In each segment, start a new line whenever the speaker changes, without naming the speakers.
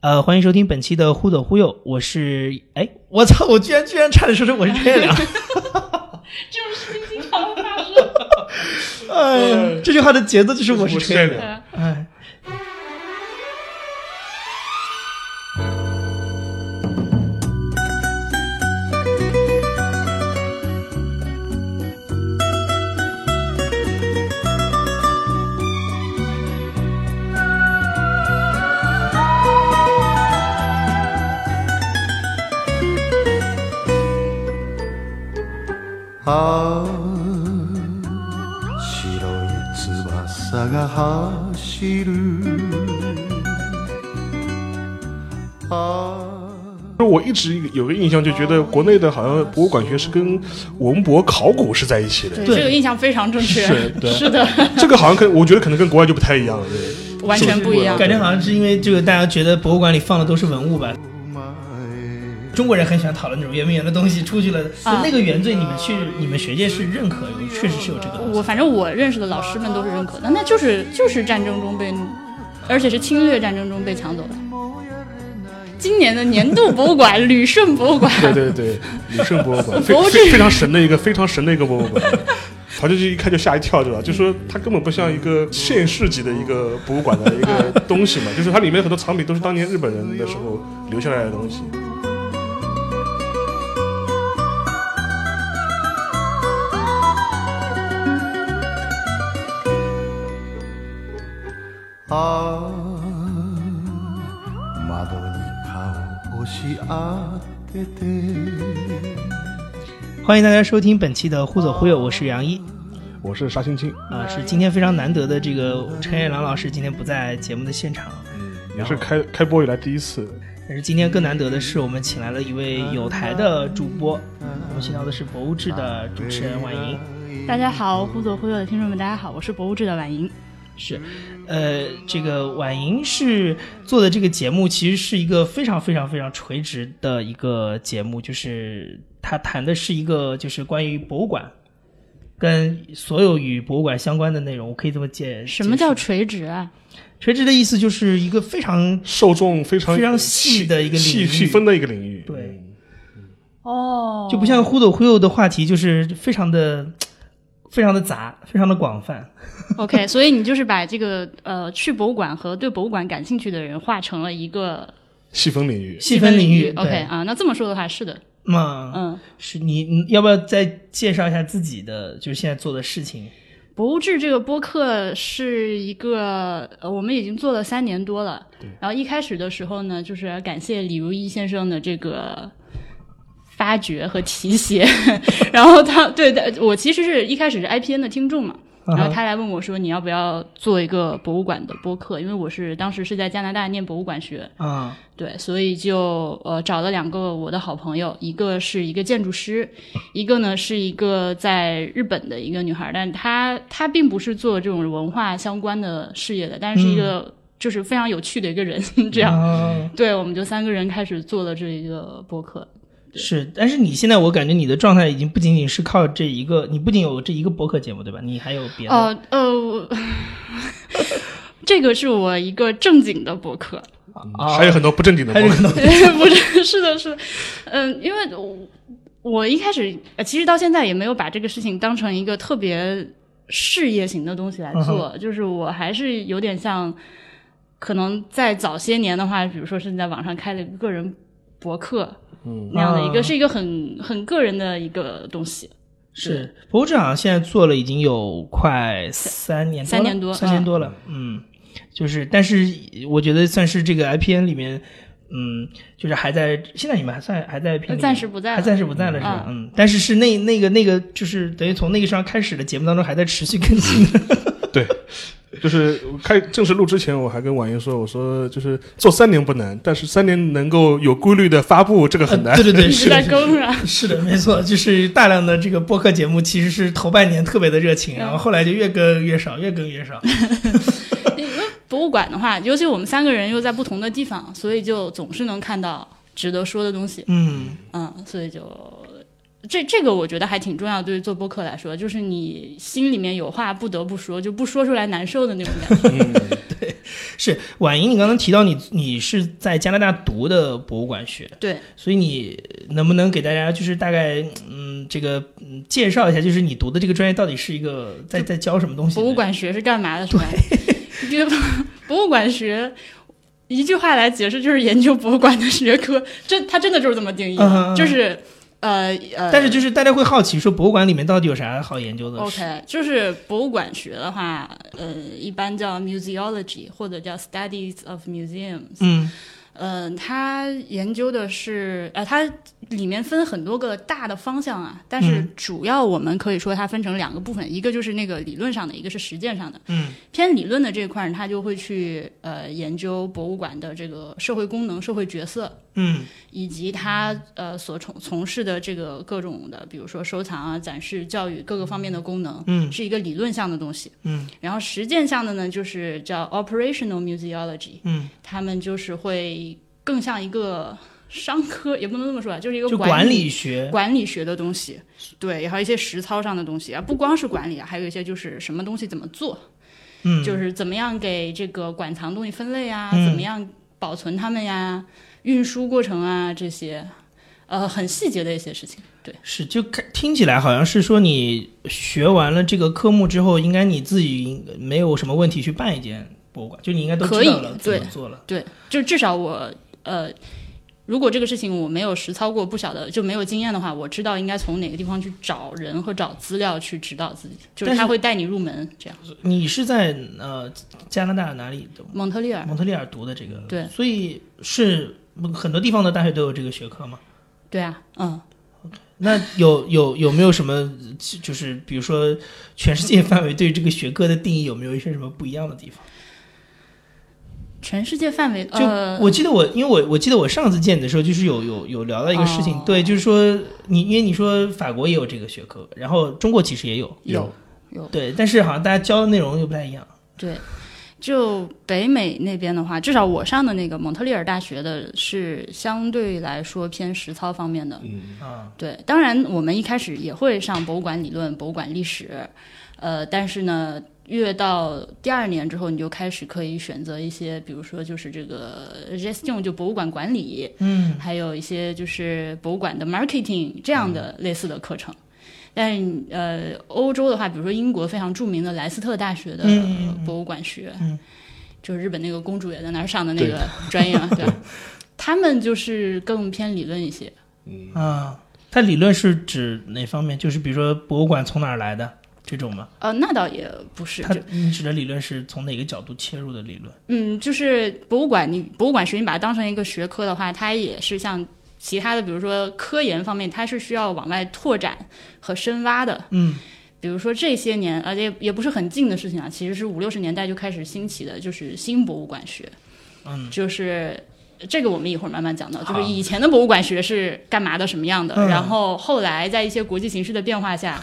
呃，欢迎收听本期的《忽左忽右》，我是哎，我操，我居然居然差点说成我是这 样，
这种事情经常会发生。
哎呀，这句话的节奏就是我是
是
这样，
这样，
哎，
ああ白い翼が走るあ
就我一直有个印象，就觉得国内的好像博物馆学是跟文博考古是在一起的，
对
这个印象非常正确，
是对
是的，
这个好像跟我觉得可能跟国外就不太一样了。对
完全不一样。
感觉好像是因为这个大家觉得博物馆里放的都是文物吧，
あお前
中国人很喜欢讨论这种圆明园的东西，出去了，
啊
那个原罪你们去你们学界是认可有，确实是有这个东西。
我反正我认识的老师们都是认可的，那就是就是战争中被，而且是侵略战争中被抢走的。今年的年度博 物馆旅顺博物馆，
对对对，旅顺博物馆，非
博物志
非非常神的一个非常神的一个博物馆。陶就一看就吓一跳，对吧？就说它根本不像一个县市级的一个博物馆的一个东西嘛，就是它里面很多藏品都是当年日本人的时候留下来的东西。
ああ窓に顔を押し当てて
欢迎大家收听本期的《忽左忽右》，我是杨一。
我是沙青青，
啊，是今天非常难得的，这个陈彦良老师今天不在节目的现场，
也是开开播以来第一次，
但是今天更难得的是，我们请来了一位有台的主播，我们请到的是博物志的主持人婉莹，
大家好，忽左忽右的听众们，大家好，我是博物志的婉莹。
是，呃，这个婉莹是做的这个节目，其实是一个非常非常非常垂直的一个节目，就是她谈的是一个就是关于博物馆。跟所有与博物馆相关的内容，我可以这么解。
什
解
么
释
叫垂直啊？
垂直的意思？就是一个非常
受众非常
非常细的一个领域
细细分的一个领域。
对
嗯，
哦，
就不像忽左忽右的话题，就是非常的、非常的杂，非常的广泛。
OK，所以你就是把这个呃去博物馆和对博物馆感兴趣的人划成了一个
细分领域。
细分领域。对
OK 啊，那这么说的话是的，
那、
嗯，
是你你要不要再介绍一下自己的，就是现在做的事情？
博物志这个播客是一个，呃，我们已经做了三年多了。然后一开始的时候呢，就是感谢李如一先生的这个发掘和提携。 然后他对的，我其实是一开始是 IPN 的听众嘛，
啊
然后他来问我说，你要不要做一个博物馆的播客？因为我是当时是在加拿大念博物馆学，
啊、
对，所以就呃找了两个我的好朋友，一个是一个建筑师，一个呢是一个在日本的一个女孩，但她她并不是做这种文化相关的事业的，但是一个就是非常有趣的一个人， 这样。
啊
对，我们就三个人开始做了这一个播客。
是，但是你现在我感觉你的状态已经不仅仅是靠这一个，你不仅有这一个播客节目对吧？你还有别的。
呃呃，我 这个是我一个正经的播客，
啊
嗯还有很多不正经的
还
东
有
西，
很多
不是，是的，是的，嗯，因为我我一开始呃其实到现在也没有把这个事情当成一个特别事业型的东西来
嗯
做，就是我还是有点像，可能在早些年的话，比如说是在网上开了一个个人博客，嗯，那样的一个、
啊
是一个很很个人的一个东西，
是博物志好像现在做了已经有快三年
三年多
了三年多了，嗯，就是但是我觉得算是这个 IPN 里面，嗯，就是还在现在你们还算还在 IPN，里面
呃暂时不在了
嗯还暂时不在了是吧？嗯，但是是那那个那个就是等于从那个上开始的节目当中还在持续更新的，
对，就是开正式录之前，我还跟婉莹说，我说就是做三年不难，但是三年能够有规律的发布，这个 很难。
对对对，
一
是
直
的
在更啊。
是的，没错，就是大量的这个播客节目其实是头半年特别的热情，然后后来就越更越少，越更越少。
博物馆的话，尤其我们三个人又在不同的地方，所以就总是能看到值得说的东西。
嗯，
嗯，所以就这这个我觉得还挺重要，对于做播客来说，就是你心里面有话不得不说，就不说出来难受的那种 感觉。
嗯
是婉莹，你刚刚提到你你是在加拿大读的博物馆学，
对，
所以你能不能给大家就是大概嗯这个嗯介绍一下，就是你读的这个专业到底是一个在在教什么东西？
博物，馆学是干嘛的？是吧？这个博物馆学，一句话来解释就是研究博物馆的学科，这它真的就是这么定义的，
嗯嗯嗯
就是呃呃，
但是就是大家会好奇说博物馆里面到底有啥好研究的
OK，就是博物馆学的话，呃，一般叫 museology 或者叫 studies of museums。
嗯
嗯、它研究的是，呃，它里面分很多个大的方向啊，但是
嗯
主要我们可以说它分成两个部分，一个就是那个理论上的，一个是实践上的。
嗯，
偏理论的这一块儿，它就会去呃研究博物馆的这个社会功能、社会角色，
嗯
以及他呃所从从事的这个各种的，比如说收藏啊、展示、教育各个方面的功能，
嗯
是一个理论项的东西。
嗯
然后实践项的呢，就是叫 operational museology，
嗯，
他们就是会更像一个商科，也不能这么说啊，就是一个
就
管
管理学，
管理学的东西，对，然后一些实操上的东西啊，不光是管理啊，还有一些就是什么东西怎么做，
嗯，
就是怎么样给这个馆藏东西分类啊，
嗯
怎么样保存它们呀，运输过程啊这些，呃，很细节的一些事情。对，
是，就看听起来好像是说你学完了这个科目之后，应该你自己应没有什么问题去办一间博物馆，就你应该都
可
知
以
道了怎
对
么做了。
对，就至少我呃，如果这个事情我没有实操过，不晓得就没有经验的话，我知道应该从哪个地方去找人和找资料去指导自己，就是
但是
他会带你入门这样。
你是在呃加拿大哪里的？
蒙特利尔，
蒙特利尔读的这个，
对
所以是嗯很多地方的大学都有这个学科嘛。
对啊，嗯，
那有有有没有什么，就是比如说全世界范围对这个学科的定义有没有一些什么不一样的地方？
全世界范围
就
呃，
我记得我，因为我我记得我上次见你的时候，就是有有有聊到一个事情，
哦
对，就是说你因为你说法国也有这个学科，然后中国其实也有，
有有
对，但是好像大家教的内容又不太一样，
对，就北美那边的话，至少我上的那个蒙特利尔大学的是相对来说偏实操方面的。
嗯，
啊，
对，当然我们一开始也会上博物馆理论、博物馆历史，呃，但是呢，越到第二年之后，你就开始可以选择一些，比如说就是这个 gestion 就博物馆管理，
嗯，
还有一些就是博物馆的 marketing 这样的
嗯
类似的课程。但呃，欧洲的话，比如说英国非常著名的莱斯特大学的
嗯
博物馆学，
嗯
就是日本那个公主也在那儿上的那个专业嘛，对吧？他们就是更偏理论一些。
啊，它理论是指哪方面？就是比如说博物馆从哪儿来的这种吗？
呃，那倒也不是，
它
就
你指的理论是从哪个角度切入的理论？
嗯，就是博物馆，你博物馆学，你把它当成一个学科的话，它也是像其他的，比如说科研方面，它是需要往外拓展和深挖的。
嗯
比如说这些年，而且也不是很近的事情啊，其实是五六十年代就开始兴起的，就是新博物馆学，
嗯
就是。呃这个我们一会儿慢慢讲到，就
好
是以前的博物馆学是干嘛的、什么样的，
嗯
然后后来在一些国际形势的变化下，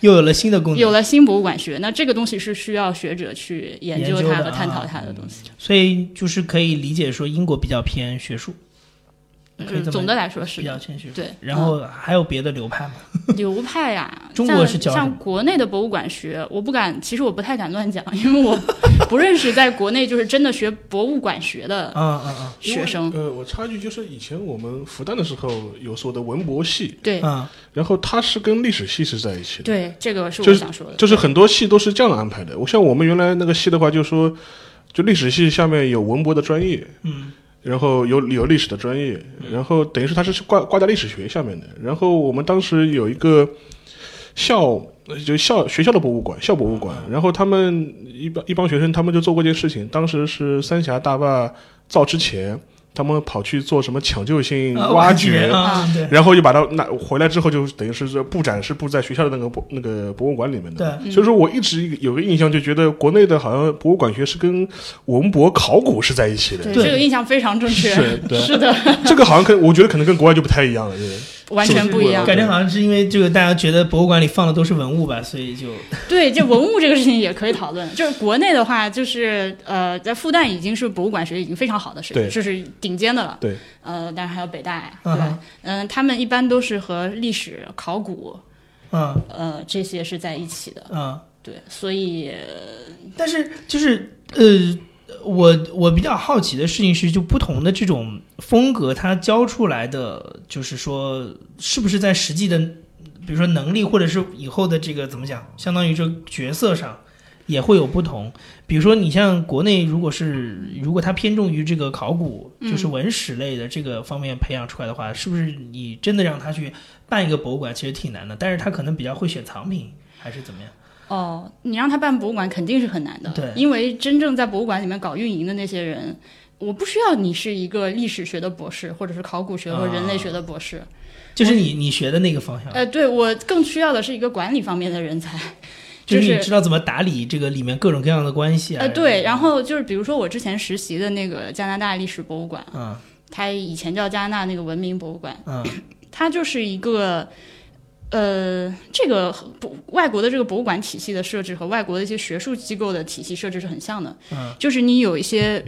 又有了新的功能，
有了新博物馆学。那这个东西是需要学者去研究
研究
它
的
和探讨
啊
它的东西。
所以就是可以理解说英国比较偏学术，可以这么
嗯总的来说是
比较偏学术，
对嗯
然后还有别的流派吗？
流派呀、
中国是教
像
什么
像国内的博物馆学，我不敢，其实我不太敢乱讲，因为我不认识在国内就是真的学博物馆学的
啊啊啊
学生。
呃，我插一句，就是以前我们复旦的时候有所谓的文博系，
对
啊，
然后它是跟历史系是在一起的。
对，这个是
就
我
是
想说的。
就是很多系都是这样安排的。我像我们原来那个系的话，就是说，就历史系下面有文博的专业，
嗯，
然后有有历史的专业，然后等于是它是挂挂在历史学下面的。然后我们当时有一个校，就校学校的博物馆，校博物馆。然后他们一帮一帮学生，他们就做过一件事情，当时是三峡大坝造之前，他们跑去做什么抢救性
啊
挖掘。
啊，对
然后就把它拿回来之后，就等于是这布展是布在学校的那个博那个博物馆里面的。
对，
所以说我一直有个印象，就觉得国内的好像博物馆学是跟文博考古是在一起的，
对
这个印象非常正确。
是对
是的，
这个好像跟我觉得可能跟国外就不太一样了，对
完全不一样。
感觉好像是因为这个大家觉得博物馆里放的都是文物吧，所以就
对这文物这个事情也可以讨论。就是国内的话，就是呃，在复旦已经是博物馆学已经非常好的水平，
对
就是顶尖的了。
对，
呃，当然还有北大呀，
嗯
对吧？嗯、他们一般都是和历史、考古，
嗯
呃，这些是在一起的。
嗯，
对，所以
但是就是呃，我我比较好奇的事情是，就不同的这种风格，它教出来的，就是说是不是在实际的，比如说能力，或者是以后的这个怎么讲，相当于这个角色上。也会有不同，比如说你像国内，如果是如果它偏重于这个考古，就是文史类的这个方面培养出来的话，是不是你真的让他去办一个博物馆，其实挺难的。但是他可能比较会选藏品，还是怎么样？
哦，你让他办博物馆肯定是很难的，
对
因为真正在博物馆里面搞运营的那些人，我不需要你是一个历史学的博士，或者是考古学
啊
或人类学的博士，
就是你你学的那个方向。
呃，对我更需要的是一个管理方面的人才，
就
就是
你
是
知道怎么打理这个里面各种各样的关系啊。
呃，对，然
后
后就是比如说我之前实习的那个加拿大历史博物馆，
嗯
它以前叫加拿大那个文明博物馆，
嗯
它就是一个，呃，这个不外国的这个博物馆体系的设置和外国的一些学术机构的体系设置是很像的，
嗯
就是你有一些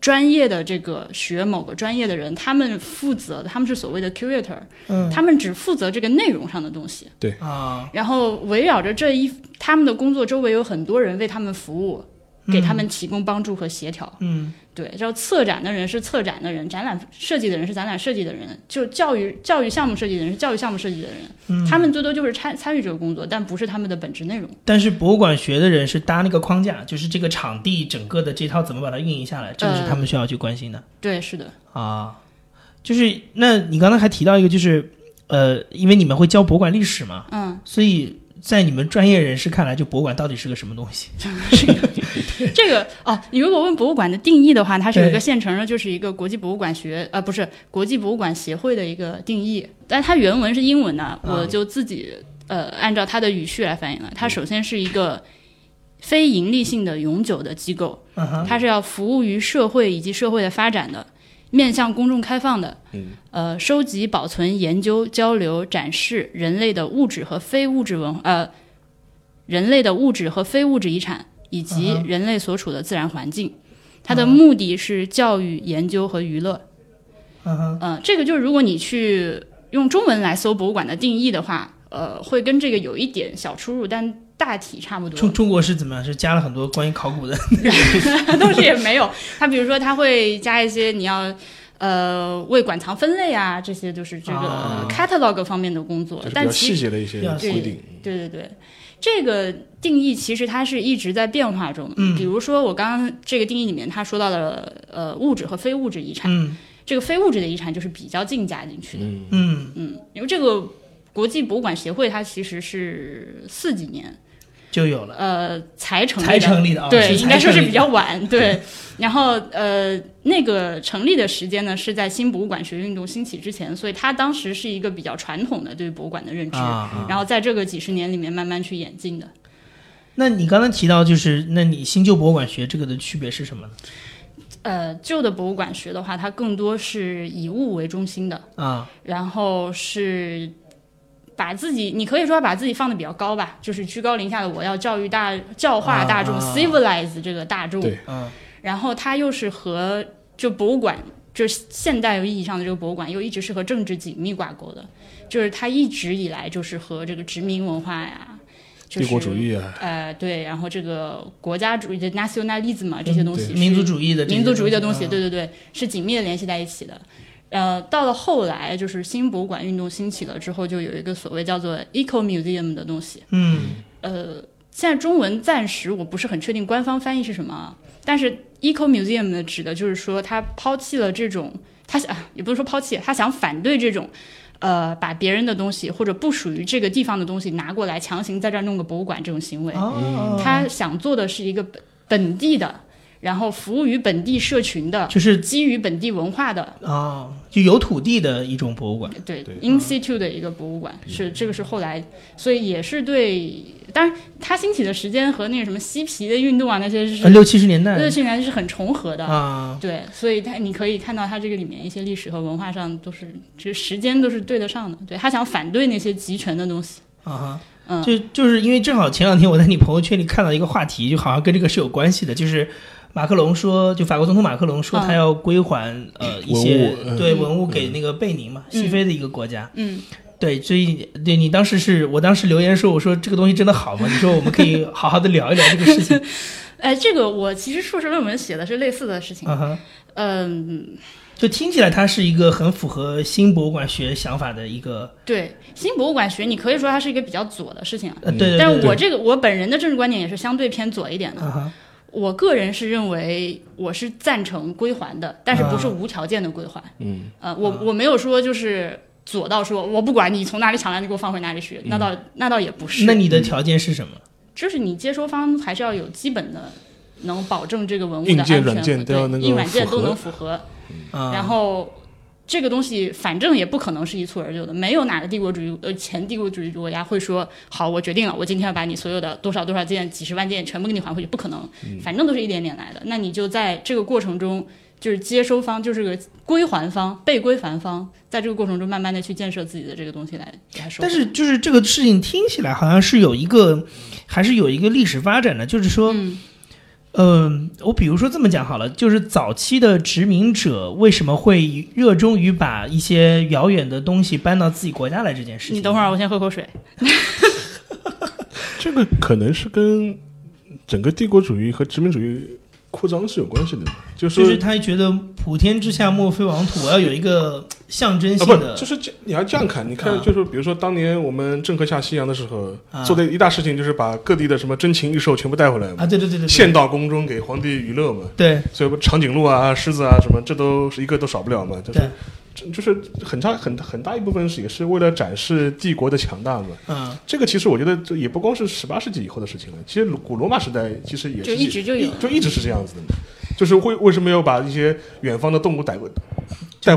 专业的这个学某个专业的人，他们负责的他们是所谓的 curator，、
嗯
他们只负责这个内容上的东西，
啊
然后围绕着这一他们的工作周围有很多人为他们服务，给他们提供帮助和协调。
嗯
对，叫策展的人是策展的人，展览设计的人是展览设计的人，就教育教育项目设计的人是教育项目设计的人，
嗯。
他们最多就是参参与这个工作，但不是他们的本职内容。
但是博物馆学的人是搭那个框架，就是这个场地整个的这套怎么把它运营下来，这个是他们需要去关心的、
对，是的，
啊。就是那你刚才还提到一个，就是呃，因为你们会教博物馆历史嘛，
嗯，
所以在你们专业人士看来，就博物馆到底是个什么东西？
这个哦，你如果问博物馆的定义的话，它是有一
对
个现成的，就是一个国际博物馆学，呃，不是国际博物馆协会的一个定义，但它原文是英文的，
嗯
我就自己呃按照它的语序来翻译了。它首先是一个非盈利性的永久的机构，
嗯哼，
它是要服务于社会以及社会的发展的，面向公众开放的，
嗯
呃，收集、保存、研究、交流、展示人类的物质和非物质文呃人类的物质和非物质遗产以及
嗯哼
人类所处的自然环境。它的目的是教育、研究和娱乐。
嗯哼，
嗯、这个就是如果你去用中文来搜博物馆的定义的话，呃，会跟这个有一点小出入，但大体差不多。
中中国是怎么样？是加了很多关于考古的，
倒是也没有。他比如说他会加一些你要。呃，为馆藏分类啊，这些就是这个
啊
catalog 方面的工作，
就是比
但
较
其
细
实
节的一些
要
规定。
对对对，这个定义其实它是一直在变化中。
嗯
比如说我刚刚这个定义里面，他说到了呃物质和非物质遗产，
嗯
这个非物质的遗产就是比较近加进去的。
嗯，
嗯，
嗯，因为这个国际博物馆协会它其实是四几年
就有了，
呃才成立
才
的，
成立的啊，
对，
才
应该说是
成立
比
的
较晚。对，然后呃，那个成立的时间呢是在新博物馆学运动兴起之前，所以它当时是一个比较传统的对博物馆的认知，
啊。啊
然后在这个几十年里面慢慢去演进的。
那你刚才提到，就是那你新旧博物馆学这个的区别是什么呢？
呃，旧的博物馆学的话，它更多是以物为中心的，
啊，
然后是。把自己，你可以说把自己放的比较高吧，就是居高临下的，我要教育大、教化大众、
啊
c i v i l i z e 这个大众。
对
嗯
然后它又是和就博物馆，就是现代意义上的这个博物馆，又一直是和政治紧密挂钩的，就是它一直以来就是和这个殖民文化呀，就是
帝国主。义啊，
呃，对，然后这个国家主义的 nationalism 啊，这些东西是、
嗯民族主义的这些
民族主义的东西，
啊
对对对，是紧密的联系在一起的。呃，到了后来，就是新博物馆运动兴起了之后，就有一个所谓叫做 eco museum 的东西，
嗯
呃，现在中文暂时我不是很确定官方翻译是什么啊，但是 eco museum 呢，指的就是说他抛弃了这种，他想啊也不是说抛弃，他想反对这种。呃，把别人的东西或者不属于这个地方的东西拿过来，嗯强行在这儿弄个博物馆这种行为，
哦，
他想做的是一个本本地的，然后服务于本地社群的，
就是
基于本地文化的，
啊，就有土地的一种博物馆。
对
对
i n s t i t u t e 的一个博物馆，是这个是后来，所以也是对，当然它兴起的时间和那个什么嬉皮的运动啊那些是
呃，六七十年代
六七年是很重合的。
啊，
对，所以它你可以看到它这个里面一些历史和文化上都是，这时间都是对得上的。对他想反对那些集权的东西，
啊哈，
嗯
就就是因为正好前两天我在你朋友圈里看到一个话题，就好像跟这个是有关系的，就是马克龙说，就法国总统马克龙说
嗯
他要归还呃一
文
些
物嗯
对文物给那个贝宁嘛，西非的一个国家。
嗯，
对，所以对你当时是我当时留言说，我说这个东西真的好吗？你说我们可以好好的聊一聊这个事 情。
哎，这个我其实硕士论文写的是类似的事情，
啊哈，
嗯，
就听起来它是一个很符合新博物馆学想法的一个，
对，新博物馆学，你可以说它是一个比较左的事情啊。
呃，对对对
但
对
是我这个我本人的政治观点也是相对偏左一点的。
啊哈，
我个人是认为我是赞成归还的，但是不
啊
是无条件的归还。
嗯，
呃，我我没有说就是左到说我不管你从哪里抢来，你给我放回哪里去，那倒那倒也不是。
嗯那你的条件是什么？
就是你接收方还是要有基本的能保证这个文物的
硬
安全
件
和
软件都要能
对
够
硬软件都
符合
能符合。
啊，
然后这个东西反正也不可能是一蹴而就的，没有哪个帝国主义呃前帝国主义国家会说好，我决定了，我今天要把你所有的多少多少件、几十万件全部给你还回去，不可能，反正都是一点点来的。那你就在这个过程中，就是接收方，就是个归还方、被归还方，在这个过程中慢慢的去建设自己的这个东西来来收回。
但是就是这个事情听起来好像是有一个，还是有一个历史发展的，就是说，嗯、我比如说这么讲好了，就是早期的殖民者为什么会热衷于把一些遥远的东西搬到自己国家来这件事情？
你等会儿，我先喝口水。
这个可能是跟整个帝国主义和殖民主义扩张是有啊关系的，就
就是是他觉得普天之下莫非王土，我要有一个象征
啊，
性
不
的，，
就是这你要这样看，你看
啊，
就是比如说当年我们郑和下西洋的时候
啊，
做的一大事情就是把各地的什么珍禽异兽全部带回来
啊，
嘛，
对对对对对，
献到宫中给皇帝娱乐嘛，
对
所以长颈鹿啊、狮子啊什么，这都是一个都少不了嘛，就是
对，
这就是很大很很大一部分是也是为了展示帝国的强大嘛。
嗯，
这个其实我觉得这也不光是十八世纪以后的事情了，其实古罗马时代其实也
就是一直就有
就一直是这样子的嘛，就是会为什么要把一些远方的动物带回带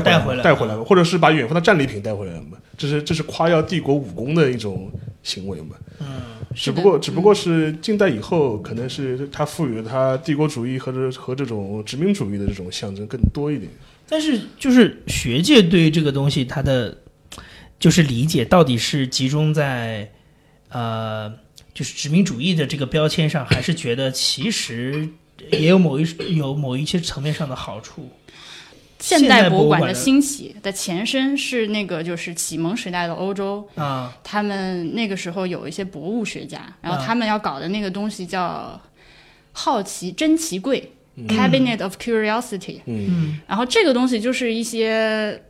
就
回
带回来
来，带回来嘛，或者是把远方的战利品带回来嘛？这是这是夸耀帝国武功的一种行为嘛？嗯，只不过只
嗯
不过是近代以后，可能是它赋予了它帝国主义和这和这种殖民主义的这种象征更多一点。
但是就是学界对于这个东西，它的就是理解到底是集中在呃，就是殖民主义的这个标签上，还是觉得其实也有某一有某一些层面上的好处？
现代博
现代博
物馆
物馆的
的兴起的前身是那个就是启蒙时代的欧洲，
啊
他们那个时候有一些博物学家，然
啊
后他们要搞的那个东西叫好奇珍奇柜、（Cabinet of Curiosity）。
嗯，
然后这个东西就是一些，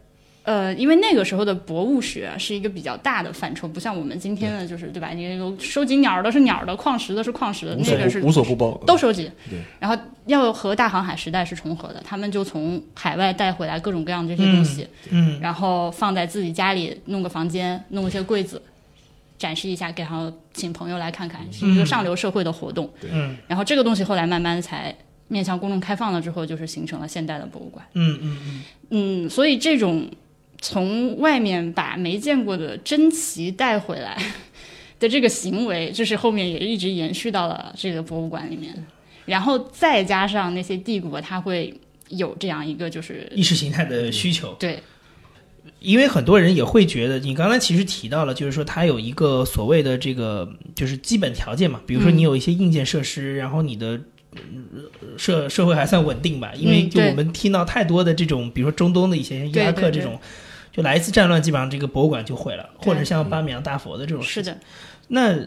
呃，因为那个时候的博物学啊是一个比较大的范畴，不像我们今天的，就是对吧？你有收集鸟儿的是鸟儿的，矿石的是矿石
嗯
的，
无所
那个是
不无所不包，
都收集
对，
然后要和大航海时代是重合的，他们就从海外带回来各种各样的这些东西，
嗯
然后放在自己家里弄个房间，弄一些柜子，展示一下，给然后请朋友来看看，是一个上流社会的活动。
嗯
然后这个东西后来慢慢才面向公众开放了之后，就是形成了现代的博物馆。
嗯嗯
嗯，所以这种从外面把没见过的珍奇带回来 的这个行为，就是后面也一直延续到了这个博物馆里面，然后再加上那些帝国，它会有这样一个就是
嗯，意识形态的需求，
嗯对
因为很多人也会觉得，你刚才其实提到了，就是说它有一个所谓的这个就是基本条件嘛，比如说
嗯
你有一些硬件设施，然后你的。呃社社会还算稳定吧，因为
嗯
就
对
我们听到太多的这种，比如说中东的一些伊拉克
对对
这种，就来一次战乱，基本上这个博物馆就毁了，
对
或者像巴米扬大佛的这种事
是
情。
的，
那呃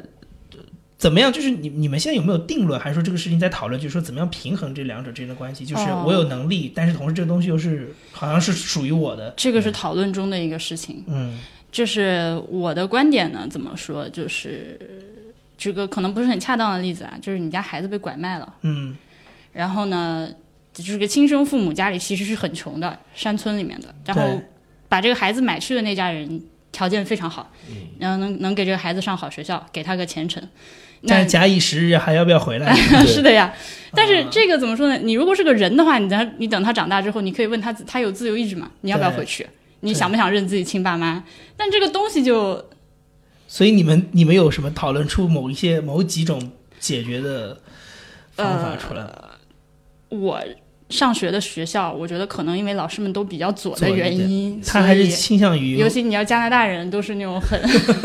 怎么样？就是你你们现在有没有定论，还是说这个事情在讨论，就是说怎么样平衡这两者之间的关系？就是
哦
我有能力，但是同时这个东西又是好像是属于我的，
这个是讨论中的一个事情。
嗯
就是我的观点呢，怎么说？就是举个可能不是很恰当的例子啊，就是你家孩子被拐卖了。
嗯
然后呢，就是个亲生父母家里其实是很穷的，山村里面的，然后
对
把这个孩子买去的那家人条件非常好，然后能能给这个孩子上好学校，给他个前程。
但假以时日还要不要回来？啊
是的呀， 但是这个怎么说呢？你如果是个人的话，你等他你等他长大之后，你可以问他，他有自由意志嘛？你要不要回去？你想不想认自己亲爸妈？但这个东西就
所以你们你们有什么讨论出某一些某几种解决的方
呃
法出来吗？
我上学的学校，我觉得可能因为老师们都比较左的
左一
原
点
因，
他
所
还是
以
倾向于
尤其你要加拿大人都是那种很，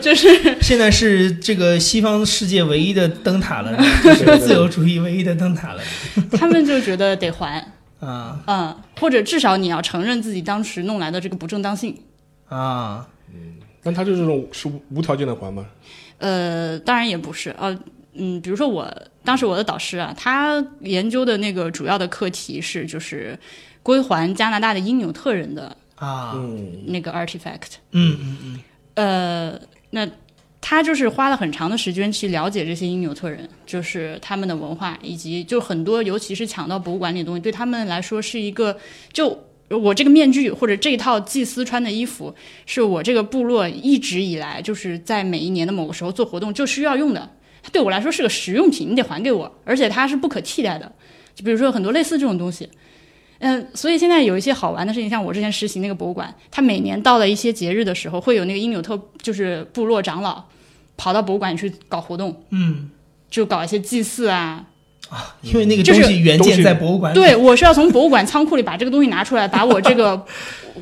就是
现在是这个西方世界唯一的灯塔 了，就是自由主义唯一的灯塔了
他们就觉得得还，
啊
嗯，或者至少你要承认自己当时弄来的这个不正当性。
啊！
但他就这种是无无条件的还吗？
呃，当然也不是，呃，嗯，比如说我当时我的导师啊，他研究的那个主要的课题是就是归还加拿大的因纽特人的
啊，
嗯，
那个 artifact，
嗯嗯嗯，
呃，那他就是花了很长的时间去了解这些因纽特人，就是他们的文化，以及就很多，尤其是抢到博物馆里的东西，对他们来说是一个就。我这个面具或者这套祭司穿的衣服，是我这个部落一直以来就是在每一年的某个时候做活动就需要用的。它对我来说是个实用品，你得还给我，而且它是不可替代的。就比如说很多类似这种东西，嗯，所以现在有一些好玩的事情，像我之前实习那个博物馆，它每年到了一些节日的时候，会有那个因纽特就是部落长老跑到博物馆去搞活动，嗯，就搞一些祭祀 啊。
因为那个
就
东
是
西原
东
件
西
在博物馆里，
对，我是要从博物馆仓库里把这个东西拿出来，把我这个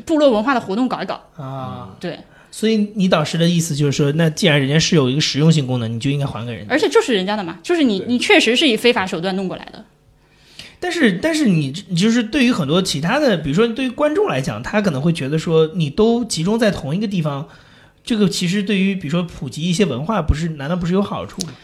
部落文化的活动搞一搞。
啊，
嗯对，
所以你导师的意思就是说，那既然人家是有一个实用性功能，你就应该还给人家。
而且就是人家的嘛，就是你，你确实是以非法手段弄过来的。
但是，但是你你就是对于很多其他的，比如说对于观众来讲，他可能会觉得说，你都集中在同一个地方，这个其实对于比如说普及一些文化，不是难道不是有好处吗？
嗯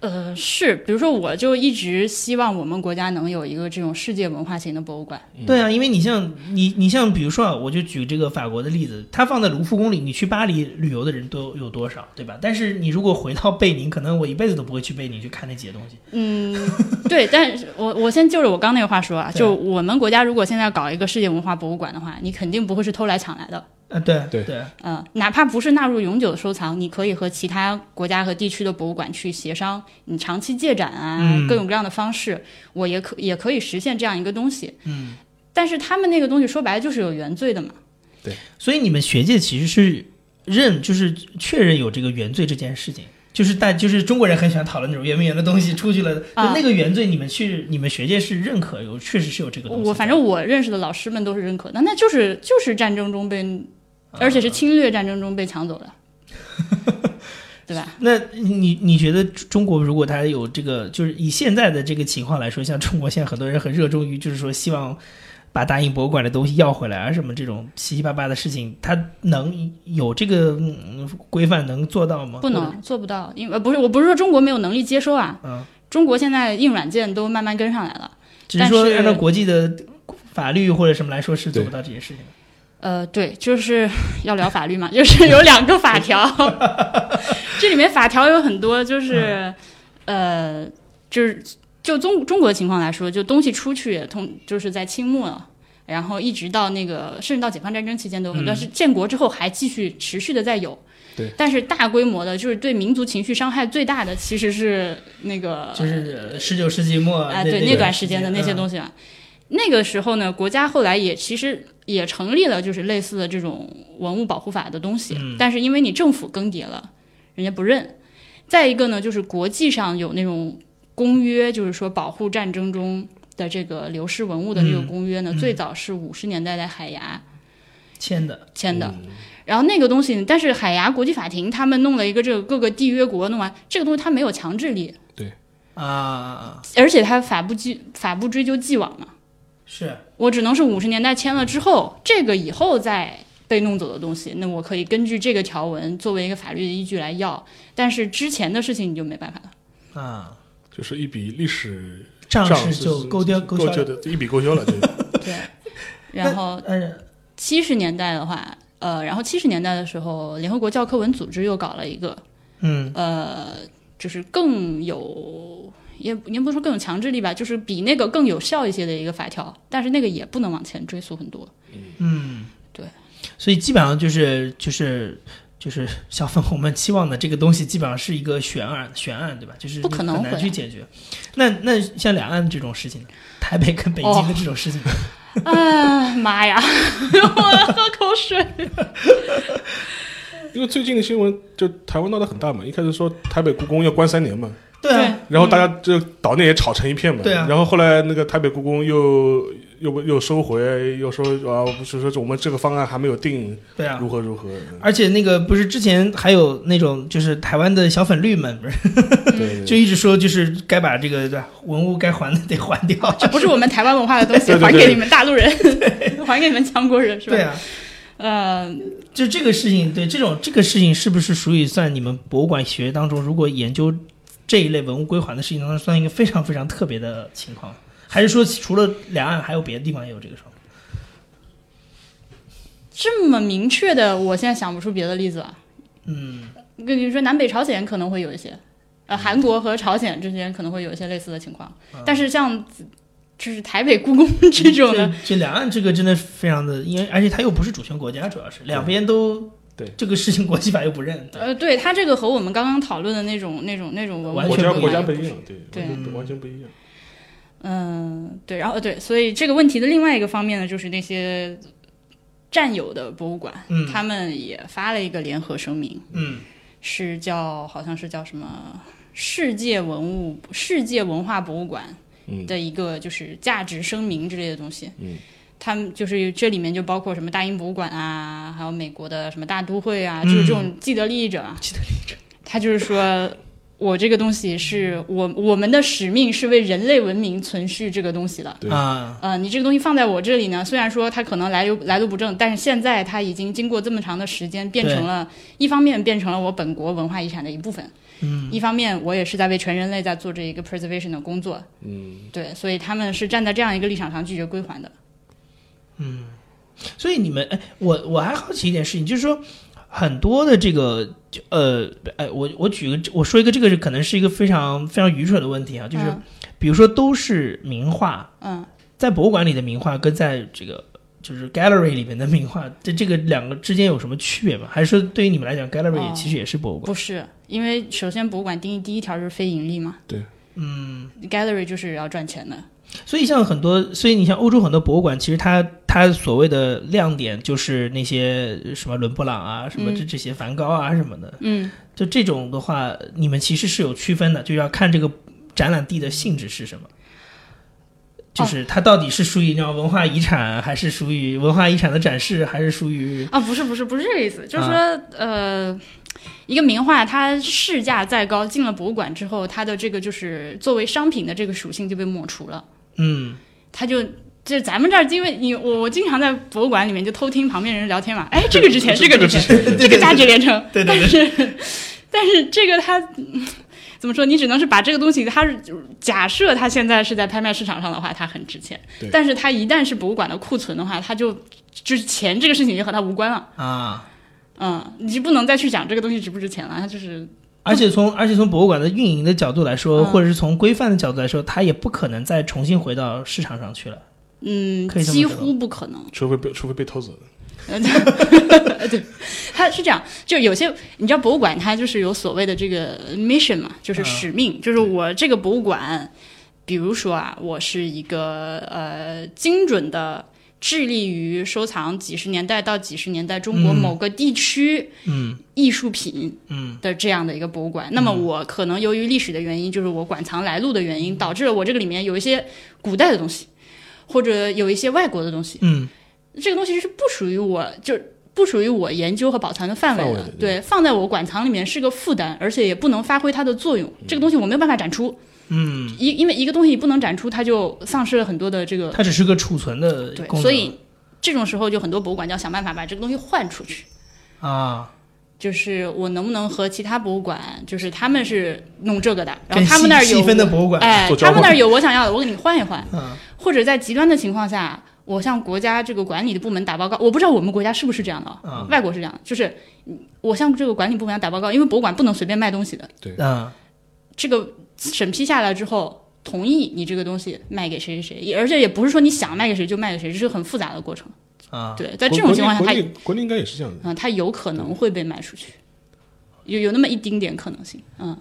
呃，是，比如说，我就一直希望我们国家能有一个这种世界文化型的博物馆。
嗯
对啊，因为你像你你像比如说啊，我就举这个法国的例子，它放在卢浮宫里，你去巴黎旅游的人都有多少，对吧？但是你如果回到贝宁，可能我一辈子都不会去贝宁去看那几个东西。
嗯， 对，但是我我先就着我刚那个话说啊，
对
就我们国家如果现在要搞一个世界文化博物馆的话，你肯定不会是偷来抢来的，
啊，对
对
对，
嗯、哪怕不是纳入永久收藏，你可以和其他国家和地区的博物馆去协商，你长期借展啊，
嗯
各种各样的方式，我也可也可以实现这样一个东西，嗯，但是他们那个东西说白了就是有原罪的嘛，
所以你们学界其实是认，就是确认有这个原罪这件事情，就是但就是中国人很喜欢讨论那种圆明园的东西出去了，就
啊
那个原罪，你们去你们学界是认可有，确实是有这个东西在。
我反正我认识的老师们都是认可的，那就是就是战争中被，
啊
而且是侵略战争中被抢走的，对吧？
那你你觉得中国如果它有这个，就是以现在的这个情况来说，像中国现在很多人很热衷于，就是说希望把大英博物馆的东西要回来啊，什么这种七七八八的事情，它能有这个、嗯规范能做到吗？
不
或者。
能做不到，因为呃不是我不是说中国没有能力接收啊，
嗯
中国现在硬软件都慢慢跟上来了。
只是
但
说
是
按照国际的法律或者什么来说，是做不到这些事情的。
呃，对，就是 要聊法律嘛，就是有两个法条， 这里面法条有很多，就是、呃，就是就中中国的情况来说，就东西出去通就是在清末，然后一直到那个甚至到解放战争期间都有很多，但是建国之后还继续持续的在有。
对，
但是大规模的，就是对民族情绪伤害最大的，其实是那个
就是十九世纪末
啊，对那段时间的那些东
西，
西啊，那个时候呢，国家后来也其实也成立了就是类似的这种文物保护法的东西，但是因为你政府更迭了，人家不认。再一个呢，就是国际上有那种公约，就是说保护战争中的这个流失文物的这个
嗯
公约呢，
嗯
最早是五十年代的海牙
签的
签的。
嗯
然后那个东西呢，但是海牙国际法庭他们弄了一个这个各个缔约国弄完这个东西，它没有强制力，
啊，
而且它法不拘法不追究既往嘛，
是
我只能是五十年代签了之后，这个以后再被弄走的东西，那我可以根据这个条文作为一个法律的依据来要，但是之前的事情你就没办法了。
啊，
就是一笔历史
仗
账
是就勾掉
勾
销
销。的，一笔勾销了，对。
对。然后
嗯
七十年代的话，呃，然后七十年代的时候，联合国教科文组织又搞了一个，
嗯
呃，就是更有。也也不是说更有强制力吧，就是比那个更有效一些的一个法条，但是那个也不能往前追溯很多。
嗯，
对，
所以基本上就是就是就是小粉红们期望的这个东西，基本上是一个悬案，悬案对吧？就是
不可
你
能
很难
会
去解决。那那像两岸这种事情呢，台北跟北
哦
京的这种事情呢，
啊妈呀！ 我要喝口水。
因为最近的新闻就台湾闹得很大嘛，一开始说台北故宫要关三年嘛，
对啊，
然后大家就岛内也吵成一片嘛，
对啊
然后后来那个台北故宫又又又收回，又说啊，就说我们这个方案还没有定，
对啊
如。何如何，
嗯
而且那个不是之前还有那种就是台湾的小粉绿们，不是
对
就一直说就是该把这个对吧文物该还的得还掉，
这不是我们台湾文化的东西，
对对对
还给你们大陆人， 还给你们强国人，是吧？
对啊，
呃，
就这个事情，对这种这个事情是不是属于算你们博物馆学当中，如果研究这一类文物归还的事情当中，算一个非常非常特别的情况？还是说除了两岸，还有别的地方也有这个状况？
这么明确的，我现在想不出别的例子了。
嗯，
跟你说，南北朝鲜可能会有一些，呃，
嗯
韩国和朝鲜之间可能会有一些类似的情况，但是像就是台北故宫这
这
种
嗯
的，
这两岸这个真的非常的，因为而且它又不是主权国家，主要是两边都
对
这个事情国际法又不认，对
呃，对它这个和我们刚刚讨论的那种那种那种文
完
物
国
全
家
不一样
国家不一样，对，
对
完全完全不一样。
嗯，对，然后对，所以这个问题的另外一个方面呢，就是那些占有的博物馆，
嗯
他们也发了一个联合声明，
嗯
是叫好像是叫什么世界文物世界文化博物馆
嗯
的一个就是价值声明之类的东西，
嗯，
他们就是这里面就包括什么大英博物馆啊，还有美国的什么大都会啊，就是这种既得利益者啊，
既得利
益者，他就是说。我这个东西是我我们的使命是为人类文明存续这个东西的，
对
啊，
呃，你这个东西放在我这里呢，虽然说它可能来由来路不正，但是现在它已经经过这么长的时间，变成了一方面变成了我本国文化遗产的一部分，
嗯，
一方面我也是在为全人类在做这一个 preservation 的工作，
嗯，
对，所以他们是站在这样一个立场上拒绝归还的。
所以你们哎，我我还好奇一件事情，就是说很多的这个就呃哎，我我举个我说一个这个是可能是一个非常非常愚蠢的问题啊，就是。
嗯
比如说都是名画，
嗯，
在博物馆里的名画跟在这个就是 gallery 里面的名画，这这个两个之间有什么区别吗？还是说对于你们来讲，gallery
哦
也其实也是博物馆？
不是，因为首先博物馆定义第一条就是非盈利嘛
对，
嗯，
，gallery 就是要赚钱的，
所以像很多，所以你像欧洲很多博物馆，其实它它所谓的亮点就是那些什么伦勃朗啊，什么这
嗯
这些梵高啊什么的，
嗯，
就这种的话，你们其实是有区分的，就要看这个展览地的性质是什么。
哦
就是它到底是属于那种文化遗产，还是属于文化遗产的展示，还是属于
啊，不是不是不是这个意思，就是说、
啊
呃，一个名画它市价再高，进了博物馆之后，它的这个就是作为商品的这个属性就被抹除了，
嗯
它就。就咱们这儿，因为你我我经常在博物馆里面就偷听旁边人聊天嘛，哎，这个值钱，这
这
个
个
值
之
钱，
前
这个价值连城，
对
但
对
是但是这个它嗯怎么说？你只能是把这个东西，它是假设它现在是在拍卖市场上的话，它很值钱
对，
但是它一旦是博物馆的库存的话，它就就是钱这个事情已经和它无关了。
啊？
嗯，你就不能再去讲这个东西值不值钱了，它就是
而且从而且从博物馆的运营的角度来说，
嗯
或者是从规范的角度来说，它也不可能再重新回到市场上去了。
嗯，
可以这么
几
说
乎不可能。
除非被除非被偷走，
对，它是这样，就有些你知道博物馆它就是有所谓的这个 mission 嘛，就是
嗯
使命，就是我这个博物馆，比如说啊，我是一个呃精准的。致力于收藏几十年代到几十年代中国
嗯
某个地区
嗯
艺术品
嗯
的这样的一个博物馆。那么我可能由于历史的原因，就是我馆藏来路的原因，导致了我这个里面有一些古代的东西，或者有一些外国的东西。
嗯
这个东西是不属于我，就是不属于我研究和保存的范围
范
的
围的。对
对，放在我馆藏里面是个负担，而且也不能发挥它的作用。这个东西我没有办法展出，
嗯，
一因为一个东西不能展出，它就丧失了很多的这个
它只是个储存的
对
嗯功，能。
所以这种时候就很多博物馆就要想办法把这个东西换出去。
啊，
就是我能不能和其他博物馆，就是他们是弄这个的，然
跟
后他们那儿有
细分的
我
博物馆，
哎
做，交
他
换
们那儿有我想要的，我给你换一换，
嗯
或者在极端的情况下，我向国家这个管理的部门打报告。我不知道我们国家是不是这样的，啊，外国是这样的，就是嗯我向这个管理部门打报告，因为博物馆不能随便卖东西的，
嗯
这个审批下来之后。同意你这个东西卖给谁谁谁，也而且也不是说你想卖给谁就卖给谁，这是很复杂的过程。
啊，
对，在这种情况下，
国
它
内国内国内应该也是这样的。
嗯，它有可能会被卖出去，有有那么一丁点可能性，嗯。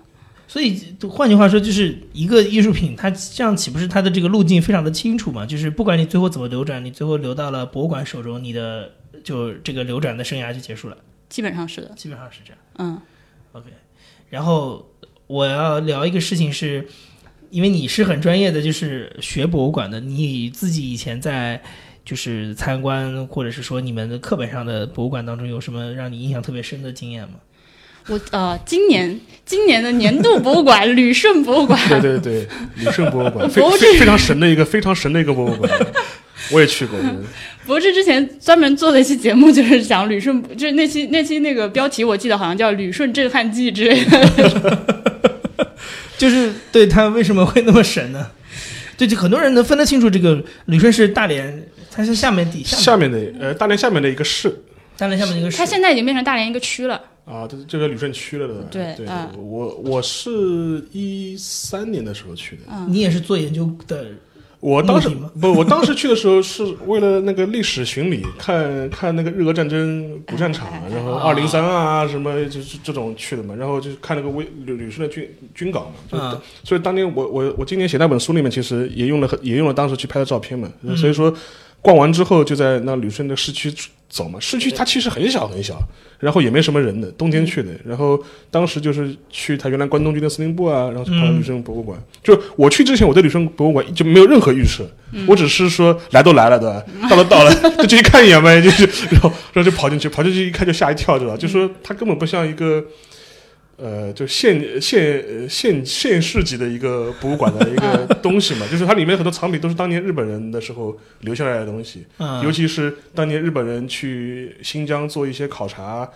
所以换句话说，就是一个艺术品，它这样岂不是它的这个路径非常的清楚嘛？就是不管你最后怎么流转，你最后流到了博物馆手中，你的就这个流转的生涯就结束了，
基本上是的，
基本上是这样。
嗯
OK，然后我要聊一个事情是，因为你是很专业的，就是学博物馆的，你自己以前在就是参观或者是说你们的课本上的博物馆当中，有什么让你印象特别深的经验吗？
我呃，今年今年的年度博物馆旅顺博物馆，
对对 对，旅顺博物馆非
博物
非非常神的一个非常神的一个博物 馆，我也去过。嗯
博士之前专门做了一期节目，就是讲旅顺，就是那期那期那个标题我记得好像叫《旅顺震撼记》之类的。
就是对他为什么会那么神呢？对，就很多人能分得清楚，这个旅顺是大连，它是下面底
下
面
面的呃大连下面的一个市
大连下面那个市
它，现在已经变成大连一个区了，
啊，这这个旅顺区了的。
对
对，
嗯
我我是一三年的时候去的。
嗯
你也是做研究的，
我当时
目的吗
不，我当时去的时候是为了那个历史巡礼，看看那个日俄战争
哎
古战场，然后二零三
哦
啊什么这这这种去的嘛，然后就是看那个威旅旅顺的军军港嘛，就
啊
所以当年我我我今年写那本书里面其实也用了很也用了当时去拍的照片嘛，所以说逛完之后就在那旅顺的市区走嘛，市区它其实很小很小，然后也没什么人的，冬天去的，然后当时就是去他原来关东军的司令部啊，然后去跑到旅顺博物馆。就我去之前，我对旅顺博物馆就没有任何预设，我只是说来都来了，对吧？到了到了，就进去看一眼呗，就是然后然后就跑进去，跑进去一看就吓一跳，对吧？就说它根本不像一个。呃，就县县呃县县市级的一个博物馆的一个东西嘛，就是它里面很多藏品都是当年日本人的时候留下来的东西，
嗯，
尤其是当年日本人去新疆做一些考察，